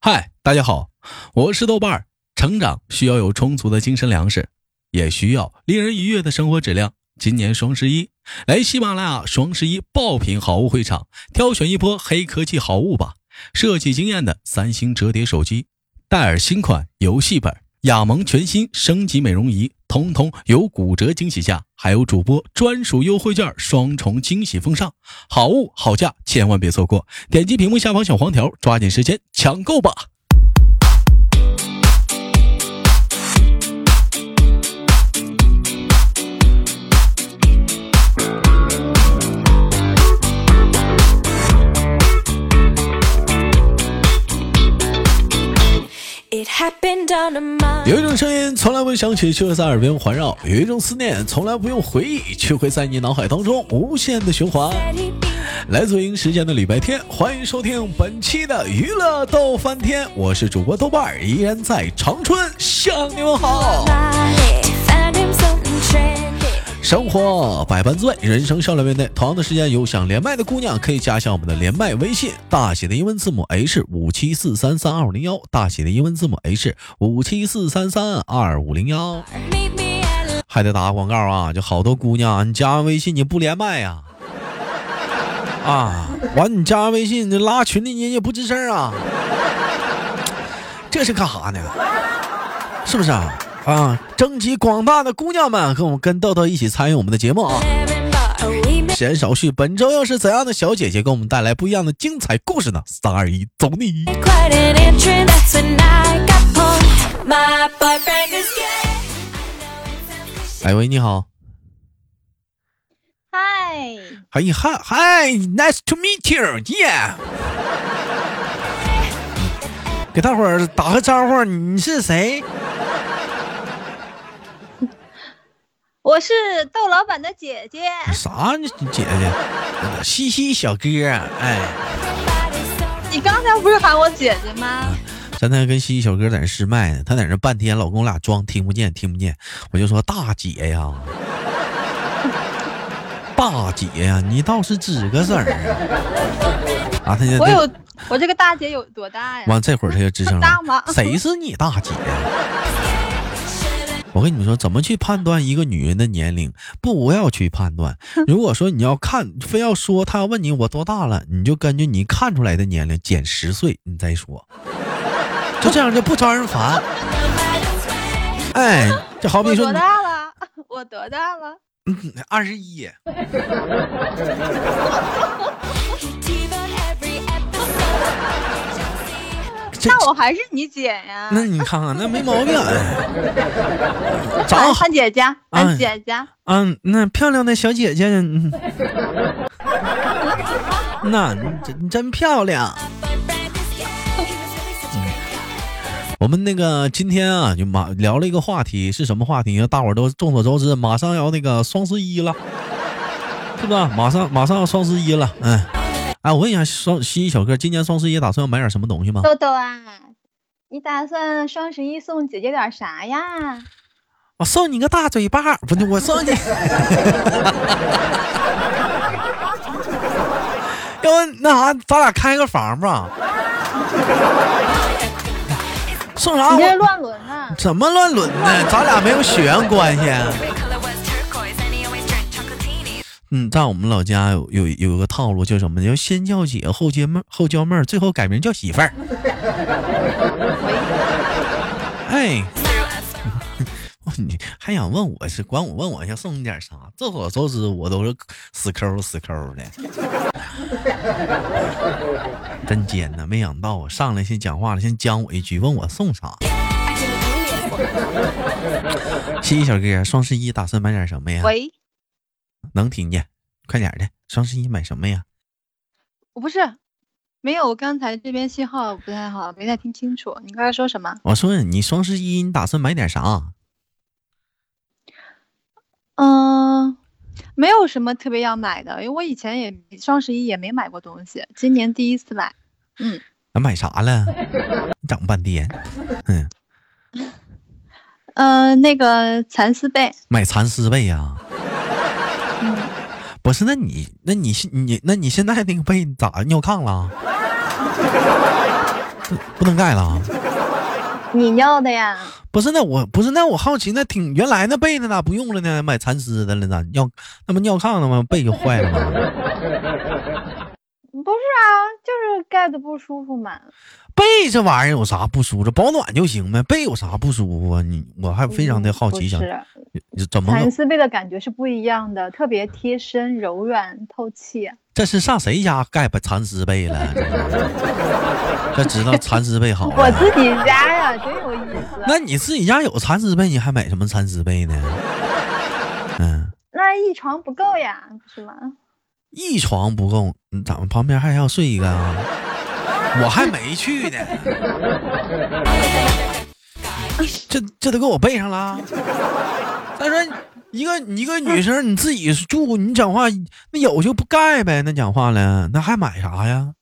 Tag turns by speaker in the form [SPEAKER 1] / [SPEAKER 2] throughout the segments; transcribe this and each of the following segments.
[SPEAKER 1] 嗨，大家好，我是豆瓣儿。成长需要有充足的精神粮食，也需要令人愉悦的生活质量。今年双十一，来喜马拉雅双十一爆品好物会场，挑选一波黑科技好物吧！设计惊艳的三星折叠手机，戴尔新款游戏本，雅萌全新升级美容仪，通通有骨折惊喜价，还有主播专属优惠券，双重惊喜奉上！好物好价，千万别错过！点击屏幕下方小黄条，抓紧时间抢购吧！
[SPEAKER 2] It happened on a Monday.
[SPEAKER 1] 有一种声音从来不响起，却会在耳边环绕；有一种思念从来不用回忆，却会在你脑海当中无限的循环。来自于时间的礼拜天，欢迎收听本期的娱乐逗翻天，我是主播豆瓣儿，依然在长春向你们好。
[SPEAKER 2] Found him something trendy.
[SPEAKER 1] 生活百般滋味，人生笑料面对。同样的时间，有想连麦的姑娘可以加一下我们的连麦微信，大写的英文字母 H 五七四三三二五零幺，大写的英文字母 H 五七四三三二五零幺。
[SPEAKER 2] Meet me at
[SPEAKER 1] 还得打个广告啊！就好多姑娘啊，你加完微信你不连麦呀、啊？完你加完微信，你拉群里你也不吱声啊？这是干哈呢？是不是啊？啊，征集广大的姑娘们，跟我们跟豆豆一起参与我们的节目啊！
[SPEAKER 2] eleven bar. Oh, We met
[SPEAKER 1] 闲少叙，本周又是怎样的小姐姐给我们带来不一样的精彩故事呢？三二一，走你！
[SPEAKER 2] quite an entrance. That's when I got home. My boyfriend is gay.
[SPEAKER 1] 哎喂，你好！
[SPEAKER 3] 嗨，
[SPEAKER 1] 哎呀，嗨嗨，Nice to meet you，yeah。给大伙儿打个招呼，你是谁？
[SPEAKER 3] 我是窦老板的姐姐。
[SPEAKER 1] 啥？你姐姐，西西小哥，哎，
[SPEAKER 3] 你刚才不是喊我姐姐 吗？
[SPEAKER 1] 咱那跟西西小哥在那试麦呢，他在那半天老跟我俩装听不见，听不见，我就说大姐呀， 大姐呀，你倒是吱个声儿啊！啊，他就
[SPEAKER 3] 我有，我这个大姐有多大呀？
[SPEAKER 1] 完这会儿他就吱声
[SPEAKER 3] 大
[SPEAKER 1] 了
[SPEAKER 3] 吗，
[SPEAKER 1] 谁是你大姐呀？ 我跟你们说，怎么去判断一个女人的年龄？不要去判 断。如果说你要看，非要说她要问你我多大了，你就根据你看出来的年龄减十岁，你再说，就这样就不招人烦。哎，就好
[SPEAKER 3] 我
[SPEAKER 1] 比说
[SPEAKER 3] 多
[SPEAKER 1] 你
[SPEAKER 3] 大了？我多大了？
[SPEAKER 1] 二十一，这
[SPEAKER 3] 那我还是你姐呀。
[SPEAKER 1] 那你看看，那没毛 病。哎长
[SPEAKER 3] 喊
[SPEAKER 1] 好
[SPEAKER 3] 喊姐姐，
[SPEAKER 1] 哎
[SPEAKER 3] 喊姐姐。
[SPEAKER 1] 嗯，那漂亮的小姐姐，嗯，那你真你真漂亮。嗯我们那个今天啊，就马聊了一个话题，是什么话题呢？大伙儿都众所周知，马上要那个双十一了，是不是？马上马上要双十一了，嗯，哎，我问一下，双十一小哥，今年双十一打算要买点什么东西吗？
[SPEAKER 3] 豆豆啊，你打算双十一送姐姐点啥呀？
[SPEAKER 1] 我送你个大嘴巴，不是我送你。要不那啥，咱俩开个房吧？送啥我？
[SPEAKER 3] 你这
[SPEAKER 1] 哎
[SPEAKER 3] 是乱伦啊！
[SPEAKER 1] 怎么乱伦呢？咱俩没有血缘关系。啊嗯，在我们老家有有有个套路，叫什么？叫先叫姐，后接妹，后叫妹儿，最后改名叫媳妇儿。哎， 你还想问我是管我问我要送你点啥？这我周知，我都是死抠死抠的， 真尖呐！没想到啊，上来先讲话了，先将我一句，问我送啥。 西西小哥，双十一打算买点什么呀？
[SPEAKER 3] 喂，
[SPEAKER 1] 能听见，快点儿的。双十一买什么呀？
[SPEAKER 3] 我不是，没有，我刚才这边信号不太好，没太听清楚。你刚才说什么？
[SPEAKER 1] 我说你双十一你打算买点啥？
[SPEAKER 3] 嗯，没有什么特别要买的，因为我以前也双十一也没买过东西，今年第一次买。嗯，
[SPEAKER 1] 俺买啥了？你整半天，嗯，
[SPEAKER 3] 呃，那个蚕丝被，
[SPEAKER 1] 买蚕丝被呀、不是，那你那你现你那你现在那个被你咋尿炕了？是不能盖了啊？
[SPEAKER 3] 你要的呀？
[SPEAKER 1] 不是那我不是那我好奇那挺原来那被子咋不用了呢？买蚕丝的了呢？尿那不尿炕了吗？被就坏了吗？
[SPEAKER 3] 不是啊，就是盖的不舒服嘛。
[SPEAKER 1] 被这玩意儿有啥不舒服？保暖就行呗。被有啥不舒服啊？你我还非常的好奇，
[SPEAKER 3] 嗯不
[SPEAKER 1] 想
[SPEAKER 3] 是
[SPEAKER 1] 怎么
[SPEAKER 3] 蚕
[SPEAKER 1] 个
[SPEAKER 3] 丝被的感觉是不一样的，特别贴身、柔软、透气。
[SPEAKER 1] 这是上谁家盖把蚕丝被了？这是这知道蚕丝被好
[SPEAKER 3] 我
[SPEAKER 1] 了。
[SPEAKER 3] 自己家呀，真有意思。
[SPEAKER 1] 那你自己家有蚕丝被，你还买什么蚕丝被呢？嗯，
[SPEAKER 3] 那一床不够呀，不是吗？
[SPEAKER 1] 一床不够，你咋们旁边还要睡一个啊？我还没去呢，这这都给我备上了。啊再说一个一个女生你自己住，你讲话那有就不盖呗，那讲话了，那还买啥呀？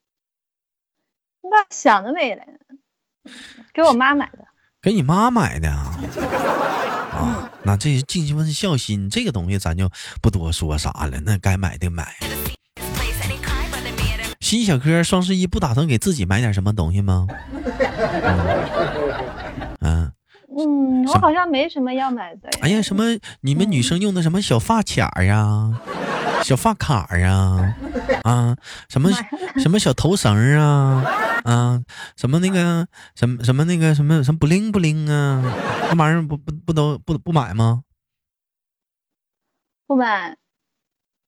[SPEAKER 3] 那想得美嘞，给我妈买的。
[SPEAKER 1] 给你妈买的啊？啊，那这是尽一份孝心，这个东西咱就不多说啥了。那该买的买。西小柯双十一不打算给自己买点什么东西 吗？嗯、啊
[SPEAKER 3] 嗯，我
[SPEAKER 1] 什么
[SPEAKER 3] 好像没什么要买的。
[SPEAKER 1] 哎呀，什？么你们女生用的什么小发卡儿呀、小发卡儿呀、啊，什么什么小头绳儿啊，啊，什么那个什么什么那个什么什么不灵不灵啊，那玩意儿不不不都不不买吗？
[SPEAKER 3] 不买，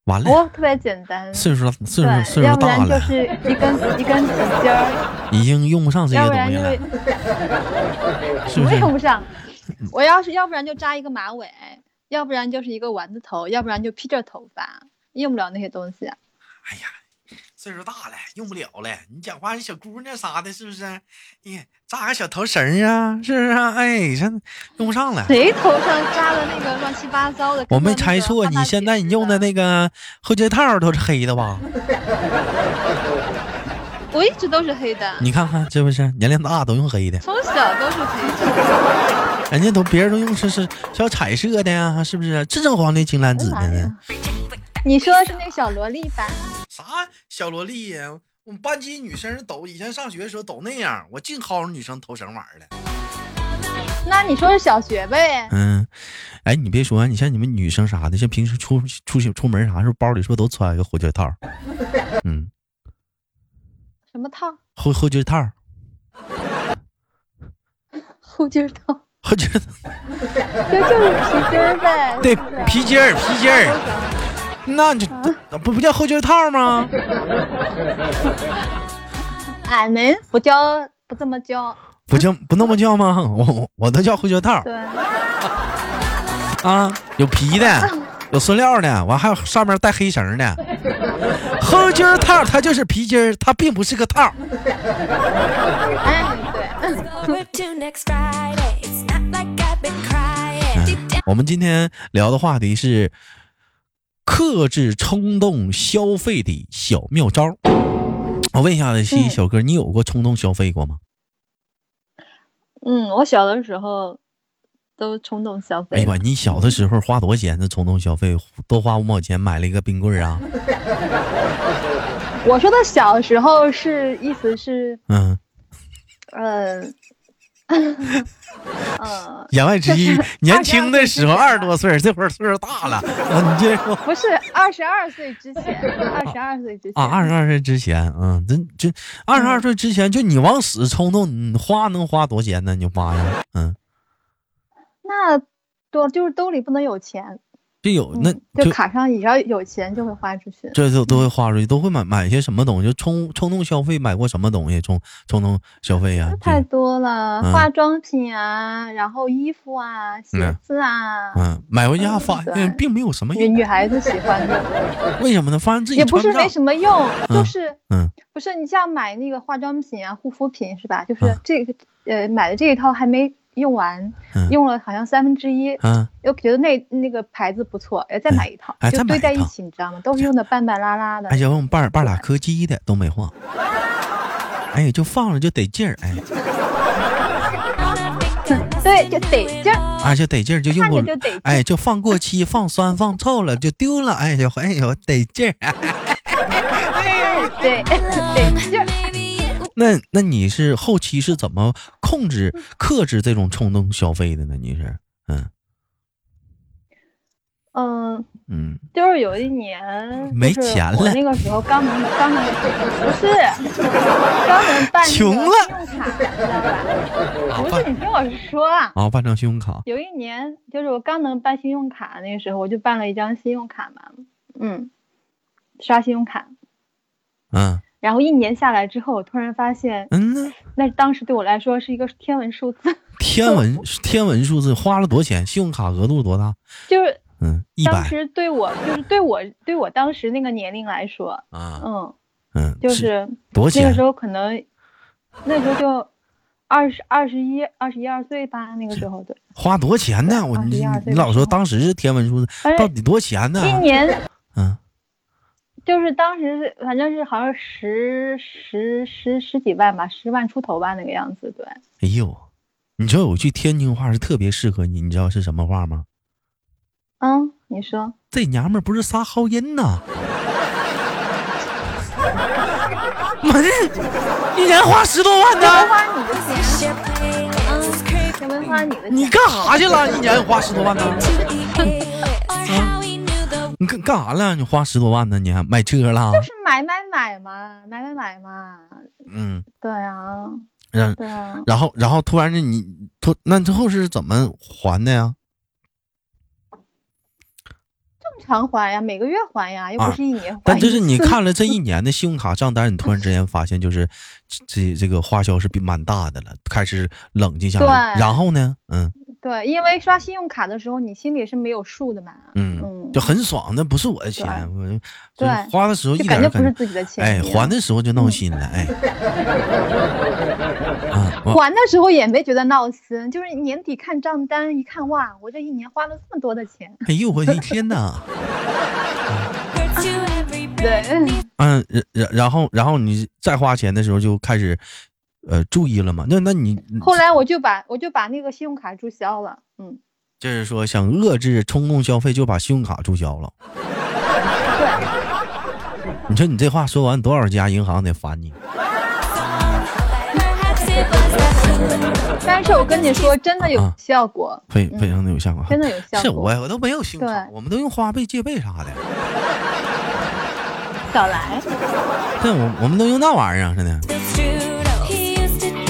[SPEAKER 1] 完了，
[SPEAKER 3] 我特别简单。
[SPEAKER 1] 岁数了岁数
[SPEAKER 3] 哦对，
[SPEAKER 1] 岁数
[SPEAKER 3] 要不
[SPEAKER 1] 大
[SPEAKER 3] 然就
[SPEAKER 1] 了，
[SPEAKER 3] 是一根 一根笔尖儿，
[SPEAKER 1] 已经用不上这
[SPEAKER 3] 要
[SPEAKER 1] 些
[SPEAKER 3] 不然
[SPEAKER 1] 东西
[SPEAKER 3] 就
[SPEAKER 1] 了，
[SPEAKER 3] 是
[SPEAKER 1] 啊是不
[SPEAKER 3] 我
[SPEAKER 1] 是
[SPEAKER 3] 也？用 不上。我要是要不然就扎一个马尾，要不然就是一个丸子头，要不然就披着头发，用不了那些东西。啊
[SPEAKER 1] 哎呀，岁数大了，用不了了。你讲话，小姑娘啥的，是不是？你扎个小头绳儿啊，是不是啊？哎，这用不上了。
[SPEAKER 3] 谁头上扎的那个乱七八糟的？
[SPEAKER 1] 我
[SPEAKER 3] 跟
[SPEAKER 1] 没
[SPEAKER 3] 那个
[SPEAKER 1] 猜错，
[SPEAKER 3] 花
[SPEAKER 1] 你
[SPEAKER 3] 大
[SPEAKER 1] 现
[SPEAKER 3] 姐
[SPEAKER 1] 在你用的
[SPEAKER 3] 似
[SPEAKER 1] 那个后街套都是黑的吧？
[SPEAKER 3] 的，我一直都是黑的，
[SPEAKER 1] 你看看是不是？年龄大都用黑的，
[SPEAKER 3] 从小都是黑的。
[SPEAKER 1] 人家都别人都用是是小彩色的呀，是不是？正正黄的青蓝紫的
[SPEAKER 3] 哎呀
[SPEAKER 1] 呢？
[SPEAKER 3] 你说的是那个小萝莉吧？
[SPEAKER 1] 啥小萝莉呀？我们班级女生都以前上学的时候都那样，我净薅着女生头绳玩儿了。
[SPEAKER 3] 那你说是小学呗？
[SPEAKER 1] 嗯，哎，你别说，你像你们女生啥的，像平时出出去出门啥时候，包里是不是都揣个后街套？嗯，
[SPEAKER 3] 什么套？
[SPEAKER 1] 后后街套，
[SPEAKER 3] 后劲儿套，
[SPEAKER 1] 后街
[SPEAKER 3] 这就是皮筋儿呗。
[SPEAKER 1] 对
[SPEAKER 3] 是不是
[SPEAKER 1] 皮筋儿皮筋儿。那你这不不叫后街套吗？
[SPEAKER 3] 俺们哎不教，不这么教。
[SPEAKER 1] 不叫不那么叫吗？我我我都叫后街套
[SPEAKER 3] 对，
[SPEAKER 1] 啊，有皮的，有塑料的，完还有上面带黑绳的。后街套它就是皮筋儿，它并不是个套。
[SPEAKER 3] 哎，对，
[SPEAKER 1] 我们今天聊的话题是克制冲动消费的小妙招儿。我问一下子西
[SPEAKER 3] 嗯
[SPEAKER 1] 小哥，你有过冲动消费过吗？
[SPEAKER 3] 嗯，我小的时候都冲动消
[SPEAKER 1] 哎
[SPEAKER 3] 费
[SPEAKER 1] 呀，妈，你小的时候花多少钱？这冲动消费，多花五毛钱买了一个冰棍儿啊？
[SPEAKER 3] 我说的小时候是意思是，
[SPEAKER 1] 嗯，
[SPEAKER 3] 嗯，嗯，
[SPEAKER 1] 言外之意
[SPEAKER 3] 这，
[SPEAKER 1] 年轻的时候二
[SPEAKER 3] 22
[SPEAKER 1] 十多岁儿，这会儿岁数大了。 啊，你接着说
[SPEAKER 3] 不是二十二岁之前，二十二岁之前
[SPEAKER 1] 啊，二十二岁之前，嗯，真真二十二岁之前，就你往死冲动，你花能花多少钱呢？你花呀，嗯，
[SPEAKER 3] 那多就是兜里不能有钱，
[SPEAKER 1] 就有哦那
[SPEAKER 3] 嗯就
[SPEAKER 1] 就
[SPEAKER 3] 卡上只要有钱就会花出去。
[SPEAKER 1] 这都都会花出去，都会买买些什么东西？就冲冲动消费买过什么东西？冲冲动消费呀、
[SPEAKER 3] 太
[SPEAKER 1] 就
[SPEAKER 3] 多了，
[SPEAKER 1] 嗯
[SPEAKER 3] 化妆品啊，然后衣服啊，鞋
[SPEAKER 1] 嗯
[SPEAKER 3] 子啊，
[SPEAKER 1] 嗯，买回家发
[SPEAKER 3] 对
[SPEAKER 1] 现并没有什么
[SPEAKER 3] 女
[SPEAKER 1] 用，
[SPEAKER 3] 女孩子喜欢的，
[SPEAKER 1] 为什么呢？发现自己
[SPEAKER 3] 也不
[SPEAKER 1] 穿
[SPEAKER 3] 是
[SPEAKER 1] 不上
[SPEAKER 3] 没。什么用，
[SPEAKER 1] 嗯
[SPEAKER 3] 就是
[SPEAKER 1] 嗯，
[SPEAKER 3] 不是你像买那个化妆品啊、护肤品是吧？就是
[SPEAKER 1] 嗯
[SPEAKER 3] 这个呃买的这一套还没用完
[SPEAKER 1] 嗯，
[SPEAKER 3] 用了好像三分之一，
[SPEAKER 1] 嗯，
[SPEAKER 3] 又觉得那那个牌子不错，哎再买一套
[SPEAKER 1] 哎，再
[SPEAKER 3] 就
[SPEAKER 1] 买
[SPEAKER 3] 堆
[SPEAKER 1] 一
[SPEAKER 3] 在一
[SPEAKER 1] 套
[SPEAKER 3] 起，你知道吗？都是用的半半拉拉的
[SPEAKER 1] 哎，。要用半半拉柯基的东北话，哎，就放着就得劲儿，哎，
[SPEAKER 3] 对，就得劲儿，
[SPEAKER 1] 哎就得劲儿，就用
[SPEAKER 3] 看
[SPEAKER 1] 过
[SPEAKER 3] 着就得劲儿。
[SPEAKER 1] 哎，就放过期、放酸、放臭了，就丢了。哎呦， 啊哎呦，得劲儿。
[SPEAKER 3] 对，得劲儿。
[SPEAKER 1] 那那你是后期是怎么控制、克制这种冲动消费的呢？你是，嗯
[SPEAKER 3] 嗯，
[SPEAKER 1] 嗯，
[SPEAKER 3] 就是有一年
[SPEAKER 1] 没
[SPEAKER 3] 就是
[SPEAKER 1] 钱
[SPEAKER 3] 我
[SPEAKER 1] 了
[SPEAKER 3] 那个时候肛门肛门不是肛门办那个
[SPEAKER 1] 穷了
[SPEAKER 3] 信用卡，你知道吧？不是，你听我说啊。
[SPEAKER 1] 啊，办张信用卡，
[SPEAKER 3] 有一年，就是我刚能办信用卡那个时候，我就办了一张信用卡嘛，嗯，刷信用卡。
[SPEAKER 1] 嗯
[SPEAKER 3] 然后一年下来之后，我突然发现，
[SPEAKER 1] 嗯呢，
[SPEAKER 3] 那当时对我来说是一个天文数字，
[SPEAKER 1] 天文天文数字花了多少钱？信用卡额度多大？
[SPEAKER 3] 就是
[SPEAKER 1] 嗯，一
[SPEAKER 3] 当
[SPEAKER 1] 百
[SPEAKER 3] 时对我，就是对我，对我当时那个年龄来说，
[SPEAKER 1] 啊，
[SPEAKER 3] 嗯，
[SPEAKER 1] 嗯，
[SPEAKER 3] 就是
[SPEAKER 1] 多少
[SPEAKER 3] 那个时
[SPEAKER 1] 钱？啊
[SPEAKER 3] 候可能，那时候就二十二十一、二十一二岁吧，那个时候对，
[SPEAKER 1] 花多少钱呢？我
[SPEAKER 3] 21
[SPEAKER 1] 你
[SPEAKER 3] 22岁
[SPEAKER 1] 你
[SPEAKER 3] 的
[SPEAKER 1] 老
[SPEAKER 3] 时
[SPEAKER 1] 说
[SPEAKER 3] 候
[SPEAKER 1] 当时是天文数字，
[SPEAKER 3] 而
[SPEAKER 1] 到
[SPEAKER 3] 且
[SPEAKER 1] 底多少钱呢？
[SPEAKER 3] 一哎年
[SPEAKER 1] 嗯，
[SPEAKER 3] 就是当时是反正是好像十十十十几万吧，十万出头吧那个样子，对，
[SPEAKER 1] 哎呦，你知道有句天津话是特别适合你，你知道是什么话吗？
[SPEAKER 3] 嗯，你说
[SPEAKER 1] 这娘们儿不是仨好人呐！ 妈的，一年花十多万呢，
[SPEAKER 3] 天文花你的
[SPEAKER 1] 你
[SPEAKER 3] 钱，
[SPEAKER 1] 干啥去了？一年花十多万呢？你干干啥了？你花十多万呢？你还买车了？
[SPEAKER 3] 是买买买嘛，买买买嘛，
[SPEAKER 1] 嗯，
[SPEAKER 3] 对啊，
[SPEAKER 1] 然
[SPEAKER 3] 对啊，
[SPEAKER 1] 嗯然后然后突然间你突那之后是怎么还的呀？
[SPEAKER 3] 正常还呀，每个月还呀，又
[SPEAKER 1] 啊
[SPEAKER 3] 不是一年还。
[SPEAKER 1] 但就是你，看了这一年的信用卡账单，你突然之间发现就是这这这个花销是比蛮大的了，开始冷静下来。
[SPEAKER 3] 对
[SPEAKER 1] 然后呢，嗯
[SPEAKER 3] 对，因为刷信用卡的时候，你心里是没有数的嘛，
[SPEAKER 1] 嗯，就很爽，那不是我的钱，我就
[SPEAKER 3] 对
[SPEAKER 1] 花的时候一
[SPEAKER 3] 就
[SPEAKER 1] 点儿
[SPEAKER 3] 感觉
[SPEAKER 1] 感
[SPEAKER 3] 不是
[SPEAKER 1] 觉，
[SPEAKER 3] 自己的钱。
[SPEAKER 1] 哎，还的时候就闹心了， 哎，啊，我
[SPEAKER 3] 还的时候也没觉得闹心，就是年底看账单一看，哇，我这一年花了这么多的钱。
[SPEAKER 1] 哎呦我的天呐，
[SPEAKER 3] 对，
[SPEAKER 1] 嗯，然然然后然后你再花钱的时候就开始呃注意了嘛，那那你
[SPEAKER 3] 后来我就把我就把那个信用卡注销了。嗯，
[SPEAKER 1] 就是说想遏制冲动消费，就把信用卡注销了。你说你这话说完，多少家银行得烦你？
[SPEAKER 3] 但是我跟你说，真的有
[SPEAKER 1] 啊
[SPEAKER 3] 效果，
[SPEAKER 1] 非非常的有效果，
[SPEAKER 3] 嗯真的有效
[SPEAKER 1] 是
[SPEAKER 3] 果。
[SPEAKER 1] 我我都没有信用卡，
[SPEAKER 3] 对
[SPEAKER 1] 我们都用花呗、借呗啥的，
[SPEAKER 3] 小来，
[SPEAKER 1] 但我我们都用那玩意儿啊似的。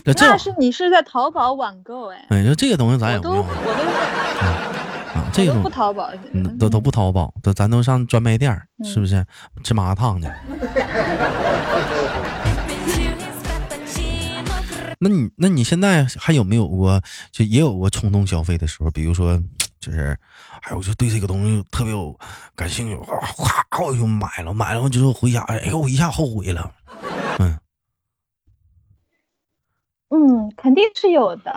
[SPEAKER 1] 这
[SPEAKER 3] 那
[SPEAKER 1] 这，
[SPEAKER 3] 是你是在淘宝网购哎，
[SPEAKER 1] 你说这个东西咱
[SPEAKER 3] 我
[SPEAKER 1] 也
[SPEAKER 3] 都
[SPEAKER 1] 不用啊，
[SPEAKER 3] 我
[SPEAKER 1] 啊
[SPEAKER 3] 都
[SPEAKER 1] 这个东
[SPEAKER 3] 我都不
[SPEAKER 1] 西
[SPEAKER 3] 淘宝去。
[SPEAKER 1] 嗯都都不淘宝，都咱都上专卖店儿，
[SPEAKER 3] 嗯
[SPEAKER 1] 是不是？吃麻辣烫去。那你那你现在还有没有过就也有过冲动消费的时候？比如说，就是，哎，我就对这个东西特别有感兴趣，哗哗我就买了，买了之后回家，哎呦，我一下后悔了。嗯
[SPEAKER 3] 嗯，肯定是有的，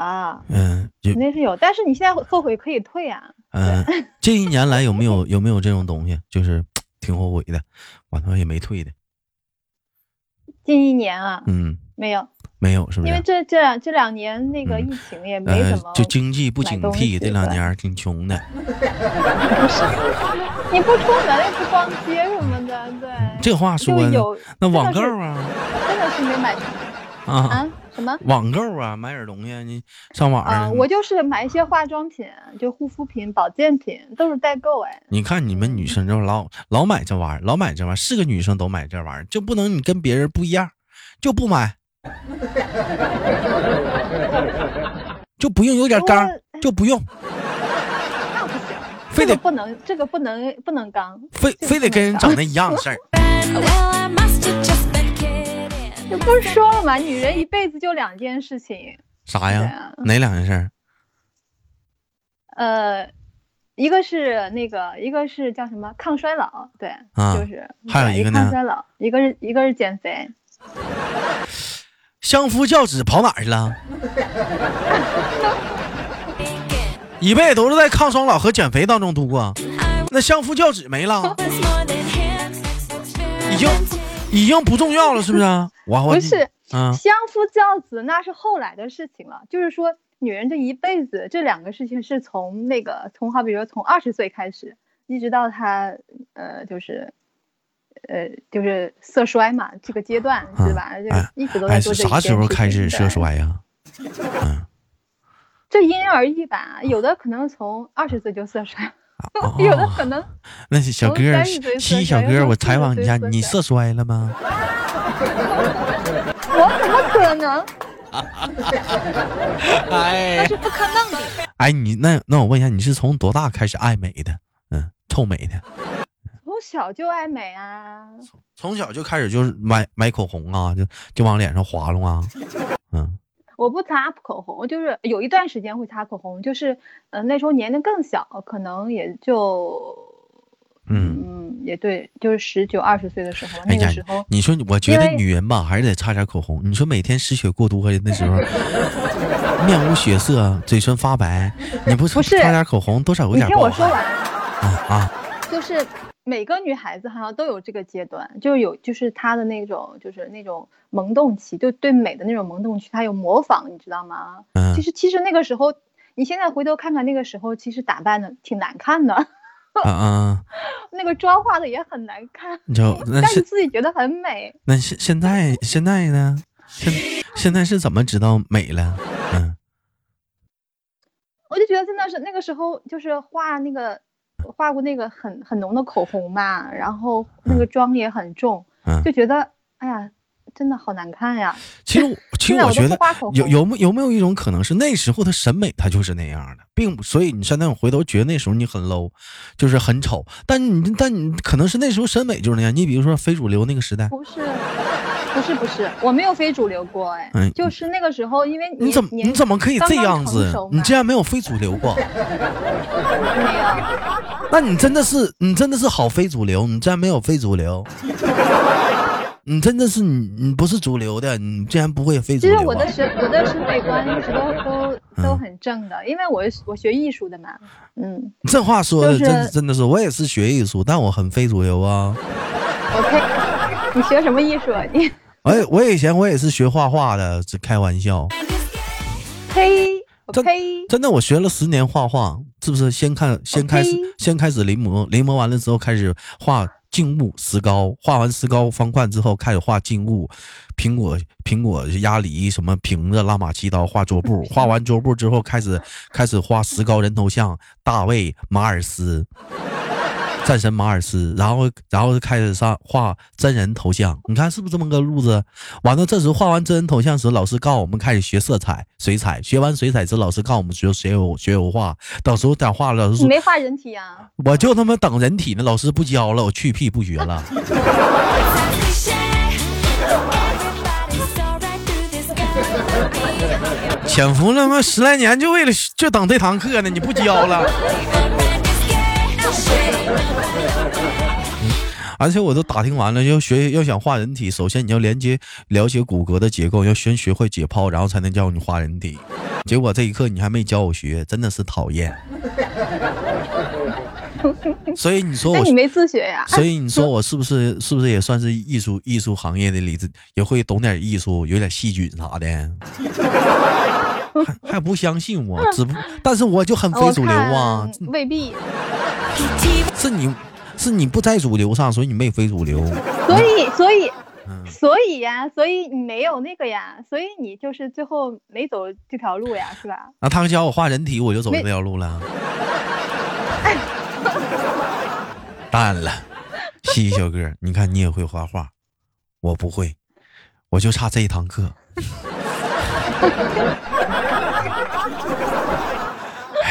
[SPEAKER 1] 嗯，就
[SPEAKER 3] 肯定是有。但是你现在后悔可以退啊。
[SPEAKER 1] 嗯、这一年来有没有有没有这种东西，就是挺后悔的，完了也没退的？
[SPEAKER 3] 近一年啊，
[SPEAKER 1] 嗯，
[SPEAKER 3] 没有，
[SPEAKER 1] 没有，是不
[SPEAKER 3] 因
[SPEAKER 1] 是
[SPEAKER 3] 为？这这两这两年那个
[SPEAKER 1] 嗯
[SPEAKER 3] 疫情也没
[SPEAKER 1] 呃
[SPEAKER 3] 什么，，
[SPEAKER 1] 就经济不
[SPEAKER 3] 买
[SPEAKER 1] 景
[SPEAKER 3] 东
[SPEAKER 1] 气，
[SPEAKER 3] 西
[SPEAKER 1] 这两
[SPEAKER 3] 对
[SPEAKER 1] 年儿挺穷的。
[SPEAKER 3] 你不出门也不逛街什么的，对。
[SPEAKER 1] 这话
[SPEAKER 3] 就
[SPEAKER 1] 说的
[SPEAKER 3] 有
[SPEAKER 1] 那
[SPEAKER 3] 真的
[SPEAKER 1] 网购
[SPEAKER 3] 是
[SPEAKER 1] 啊
[SPEAKER 3] 真的是没买什么
[SPEAKER 1] 啊
[SPEAKER 3] 啊，什么
[SPEAKER 1] 网购啊，买点东西你上网
[SPEAKER 3] 啊、
[SPEAKER 1] 上
[SPEAKER 3] 我就是买一些化妆品，就护肤品、保健品，都是代购哎。
[SPEAKER 1] 你看你们女生就老老买这玩意儿，老买这玩意儿，是个女生都买这玩意儿，就不能你跟别人不一样，就不买，就不用有点刚
[SPEAKER 3] 我，
[SPEAKER 1] 就不 用，
[SPEAKER 3] 那不行，
[SPEAKER 1] 非
[SPEAKER 3] 这
[SPEAKER 1] 得
[SPEAKER 3] 个不能，这个不能不能刚，
[SPEAKER 1] 非
[SPEAKER 3] 这个
[SPEAKER 1] 非得
[SPEAKER 3] 不
[SPEAKER 1] 跟
[SPEAKER 3] 能
[SPEAKER 1] 人
[SPEAKER 3] 刚
[SPEAKER 1] 整那一样的事 儿。
[SPEAKER 3] 这不是说了吗？女人一辈子就两件事情，
[SPEAKER 1] 啥呀？
[SPEAKER 3] 对啊
[SPEAKER 1] 哪两件事儿？
[SPEAKER 3] 呃，一个是那个，一个是叫什么抗衰老，对，
[SPEAKER 1] 啊
[SPEAKER 3] 就是
[SPEAKER 1] 还有
[SPEAKER 3] 对
[SPEAKER 1] 一个呢
[SPEAKER 3] 抗衰老，一个是一个是减肥，
[SPEAKER 1] 相夫教子跑哪儿去了？ 一辈子都是在抗衰老和减肥当中度过，那相夫教子没了，已经已经不重要了，是不是啊？ 我我
[SPEAKER 3] 不是
[SPEAKER 1] 啊，
[SPEAKER 3] 相夫教子那是后来的事情了，就是说女人这一辈子这两个事情是从那个从好比说从二十岁开始，一直到她呃就是呃，就是色衰嘛，这个阶段对吧？
[SPEAKER 1] 嗯
[SPEAKER 3] 就是一直都在
[SPEAKER 1] 哎，
[SPEAKER 3] 做
[SPEAKER 1] 是
[SPEAKER 3] 这一
[SPEAKER 1] 啥时
[SPEAKER 3] 件
[SPEAKER 1] 候
[SPEAKER 3] 事
[SPEAKER 1] 开始
[SPEAKER 3] 情对
[SPEAKER 1] 涉衰呀？
[SPEAKER 3] 这因人而异吧，有的可能从二十岁就色衰，
[SPEAKER 1] 啊哦
[SPEAKER 3] 有的可能
[SPEAKER 1] 那是小
[SPEAKER 3] 从
[SPEAKER 1] 哥儿，
[SPEAKER 3] 30岁
[SPEAKER 1] 西
[SPEAKER 3] 色
[SPEAKER 1] 小
[SPEAKER 3] 衰
[SPEAKER 1] 哥儿，
[SPEAKER 3] 到
[SPEAKER 1] 我
[SPEAKER 3] 40
[SPEAKER 1] 采访你一下，
[SPEAKER 3] 岁
[SPEAKER 1] 你色
[SPEAKER 3] 色
[SPEAKER 1] 衰了吗？
[SPEAKER 3] 我怎么可能？
[SPEAKER 4] 哎
[SPEAKER 3] 那，是不可能的。
[SPEAKER 1] 哎，你那那我问一下，你是从多大开始爱美的？嗯，臭美的，
[SPEAKER 3] 从小就爱美啊，
[SPEAKER 1] 从小就开始就是买买口红啊，就就往脸上划弄啊。嗯，
[SPEAKER 3] 我不擦口红，就是有一段时间会擦口红，就是呃那时候年龄更小，可能也就
[SPEAKER 1] 嗯
[SPEAKER 3] 嗯也对，就是十九二十岁的时候，
[SPEAKER 1] 哎
[SPEAKER 3] 那个
[SPEAKER 1] 呀
[SPEAKER 3] 时候，
[SPEAKER 1] 你说我觉
[SPEAKER 3] 因
[SPEAKER 1] 得
[SPEAKER 3] 为
[SPEAKER 1] 女人吧，还是得擦点口红。你说每天失血过多呀，那时候 面无血色，嘴唇发白，你不擦
[SPEAKER 3] 不是
[SPEAKER 1] 擦点口红，多少有
[SPEAKER 3] 你
[SPEAKER 1] 点
[SPEAKER 3] 听
[SPEAKER 1] 不好
[SPEAKER 3] 我说
[SPEAKER 1] 看
[SPEAKER 3] 完。
[SPEAKER 1] 啊啊！
[SPEAKER 3] 就是每个女孩子好像都有这个阶段，就有就是她的那种就是那种萌动期，就对美的那种萌动期，她有模仿，你知道吗？
[SPEAKER 1] 嗯
[SPEAKER 3] 其，实其实那个时候，你现在回头看看那个时候，其实打扮的挺难看的，
[SPEAKER 1] 啊啊！
[SPEAKER 3] 那个妆化的也很难看，
[SPEAKER 1] 你知道那
[SPEAKER 3] 但
[SPEAKER 1] 是
[SPEAKER 3] 是自己觉得很美。
[SPEAKER 1] 那现现在现在呢？现现在是怎么知道美了？嗯，
[SPEAKER 3] 我就觉得真的是那个时候，就是画那个画过那个很很浓的口红嘛，然后那个妆也很重，
[SPEAKER 1] 嗯
[SPEAKER 3] 就觉得哎呀，真的好难看呀。
[SPEAKER 1] 其实我其实
[SPEAKER 3] 现在
[SPEAKER 1] 我
[SPEAKER 3] 我都
[SPEAKER 1] 觉
[SPEAKER 3] 不
[SPEAKER 1] 得
[SPEAKER 3] 画口
[SPEAKER 1] 有
[SPEAKER 3] 红
[SPEAKER 1] 有没有没有一种可能是那时候的审美它就是那样的，并不所以你现在我回头觉得那时候你很 low，就是很丑，但你但你可能是那时候审美就是那样。你比如说非主流那个时代，
[SPEAKER 3] 不是，不是，不是，我没有非主流过，哎，
[SPEAKER 1] 嗯
[SPEAKER 3] 就是那个时候，因为
[SPEAKER 1] 你怎么你怎么可以这样子？你竟
[SPEAKER 3] 样
[SPEAKER 1] 然没有非主流 过？
[SPEAKER 3] 没有？
[SPEAKER 1] 那你真的是，你真的是好非主流，你竟然没有非主流，你真的是你，你不是主流的，你竟然不会非主
[SPEAKER 3] 其实
[SPEAKER 1] 流、
[SPEAKER 3] 我
[SPEAKER 1] 啊
[SPEAKER 3] 的。审我的审美观一直都都都
[SPEAKER 1] 嗯
[SPEAKER 3] 很正的，因为我是我学艺术的嘛，嗯
[SPEAKER 1] 这话说的、
[SPEAKER 3] 就是
[SPEAKER 1] 真真的是，我也是学艺术，但我很非主流啊。
[SPEAKER 3] ，OK，你学什么艺术啊？你
[SPEAKER 1] 哎，我以前我也是学画画的，只开玩笑。
[SPEAKER 3] 呸，我
[SPEAKER 1] 这
[SPEAKER 3] 呸，
[SPEAKER 1] 真的，我学了十年画画，是不是？先看，先开始
[SPEAKER 3] OK
[SPEAKER 1] 先开始临摹，临摹完了之后开始画静物、石膏，画完石膏方块之后开始画静物，苹果、苹果、鸭梨什么瓶子、拉马七刀，画桌布，画完桌布之后开始开始画石膏人头像，大卫、马尔斯。战神马尔斯，然后然后就开始上画真人头像，你看是不是这么个路子？完了，这时候画完真人头像时，老师告诉我们开始学色彩、水彩，学完水彩之后，老师告诉我们学学油学油画，到时候等画了，老师
[SPEAKER 3] 你
[SPEAKER 1] 说
[SPEAKER 3] 没画人体啊？
[SPEAKER 1] 我就他妈等人体呢，老师不教了，我去屁不学了。潜伏了他妈十来年，就为了就等这堂课呢，你不教了。嗯而且我都打听完了，要学要想画人体，首先你要连接了解骨骼的结构，要先学会解剖，然后才能教你画人体。结果这一课你还没教我学，真的是讨 厌。所以你说
[SPEAKER 3] 那
[SPEAKER 1] 我
[SPEAKER 3] 你没自学呀？
[SPEAKER 1] 所以你说我是不是是不是也算是艺术艺术行业的里子，也会懂点艺术，有点细菌啥的，还还不相信我，只不但是我就很非
[SPEAKER 3] 我
[SPEAKER 1] 主流啊，
[SPEAKER 3] 哦看 未必，
[SPEAKER 1] 是你是你不在主流上，所以你没非主流，
[SPEAKER 3] 所以所以
[SPEAKER 1] 嗯。
[SPEAKER 3] 所以呀，所以你没有那个呀，所以你就是最后没走这条路呀，是吧？
[SPEAKER 1] 那他教我画人体，我就走这
[SPEAKER 3] 没
[SPEAKER 1] 条路了，淡了。西西小哥，你看你也会画画，我不会，我就差这一堂课。哎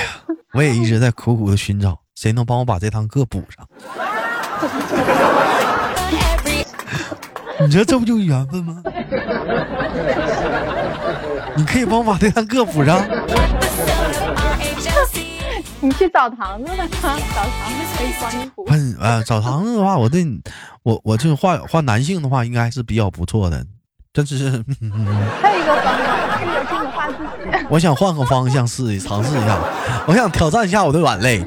[SPEAKER 1] 呀，我也一直在苦苦的寻找，谁能帮我把这堂课补上？你说这不就是缘分吗？你可以帮我把这堂课补上。
[SPEAKER 3] 你去澡堂子吧，澡堂子可以帮你补
[SPEAKER 1] 不。是啊，澡堂子的话，我对你我我这画画男性的话，应该是比较不错的。但是
[SPEAKER 3] 还有一个方法，就是有这种画自己。
[SPEAKER 1] 我想换个方向试一尝试一下，我想挑战一下我的软肋。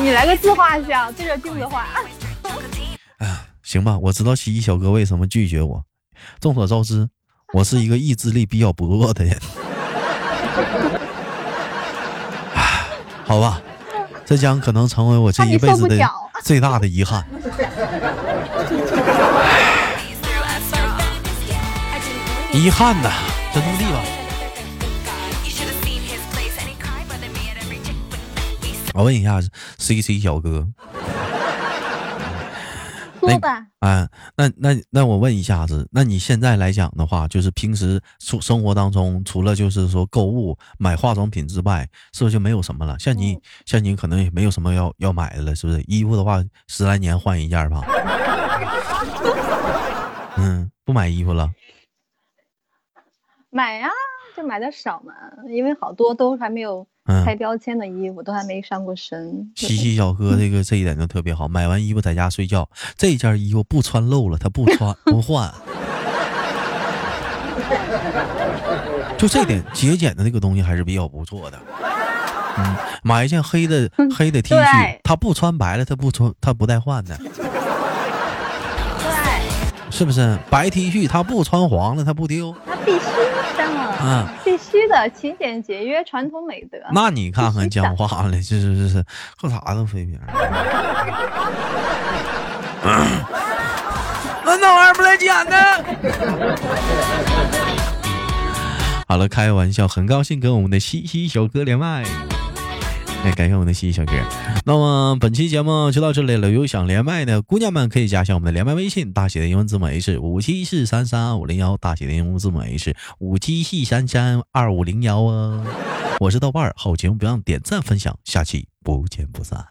[SPEAKER 3] 你来个自画像，对着镜子画。
[SPEAKER 1] 哎行吧，我知道西西小哥为什么拒绝我。众所周知，我是一个意志力比较薄 弱的人。唉好吧，这将可能成为我这
[SPEAKER 3] 怕你
[SPEAKER 1] 一辈
[SPEAKER 3] 受
[SPEAKER 1] 子
[SPEAKER 3] 不
[SPEAKER 1] 的
[SPEAKER 3] 了
[SPEAKER 1] 最大的遗憾。遗憾呐，就这么地吧。我问一下，C C 小哥，
[SPEAKER 3] 说吧，
[SPEAKER 1] 啊，那那那我问一下子，那你现在来讲的话，就是平时处生活当中，除了就是说购物买化妆品之外，是不是就没有什么了？像你、像你可能也没有什么要要买的了，是不是？衣服的话，十来年换一件儿吧。嗯，不买衣服了。
[SPEAKER 3] 买呀、就买的少嘛，因为好多都还没有
[SPEAKER 1] 嗯
[SPEAKER 3] 开标签的衣服，都还没上过身。
[SPEAKER 1] 西西小哥这个这一点就特别好，买完衣服在家睡觉，这件衣服不穿漏了，他不穿不换，就这点节俭的那个东西还是比较不错的。嗯，买一件黑的黑的 T 恤
[SPEAKER 3] 对，
[SPEAKER 1] 他不穿白了，他不穿他不带换的，
[SPEAKER 3] 对，
[SPEAKER 1] 是不是？白 T 恤他不穿黄了，他不丢。
[SPEAKER 3] 那必须的，
[SPEAKER 1] 嗯，
[SPEAKER 3] 必须的，勤俭节约，传统美德。
[SPEAKER 1] 那你看看
[SPEAKER 3] 必须的
[SPEAKER 1] 讲话了，是是是是，后啥都飞边儿。那那玩意儿不带捡的。好了，开玩笑，很高兴跟我们的西西小哥连麦。哎，感谢我们的西西小哥。那么本期节目就到这里了。有想连麦的姑娘们可以加一下我们的连麦微信，大写的英文字母 H 五七四三三二五零幺，大写的英文字母 H 五七四三三啊二五零幺哦。我是豆瓣儿，好节目不让点赞分享，下期不见不散。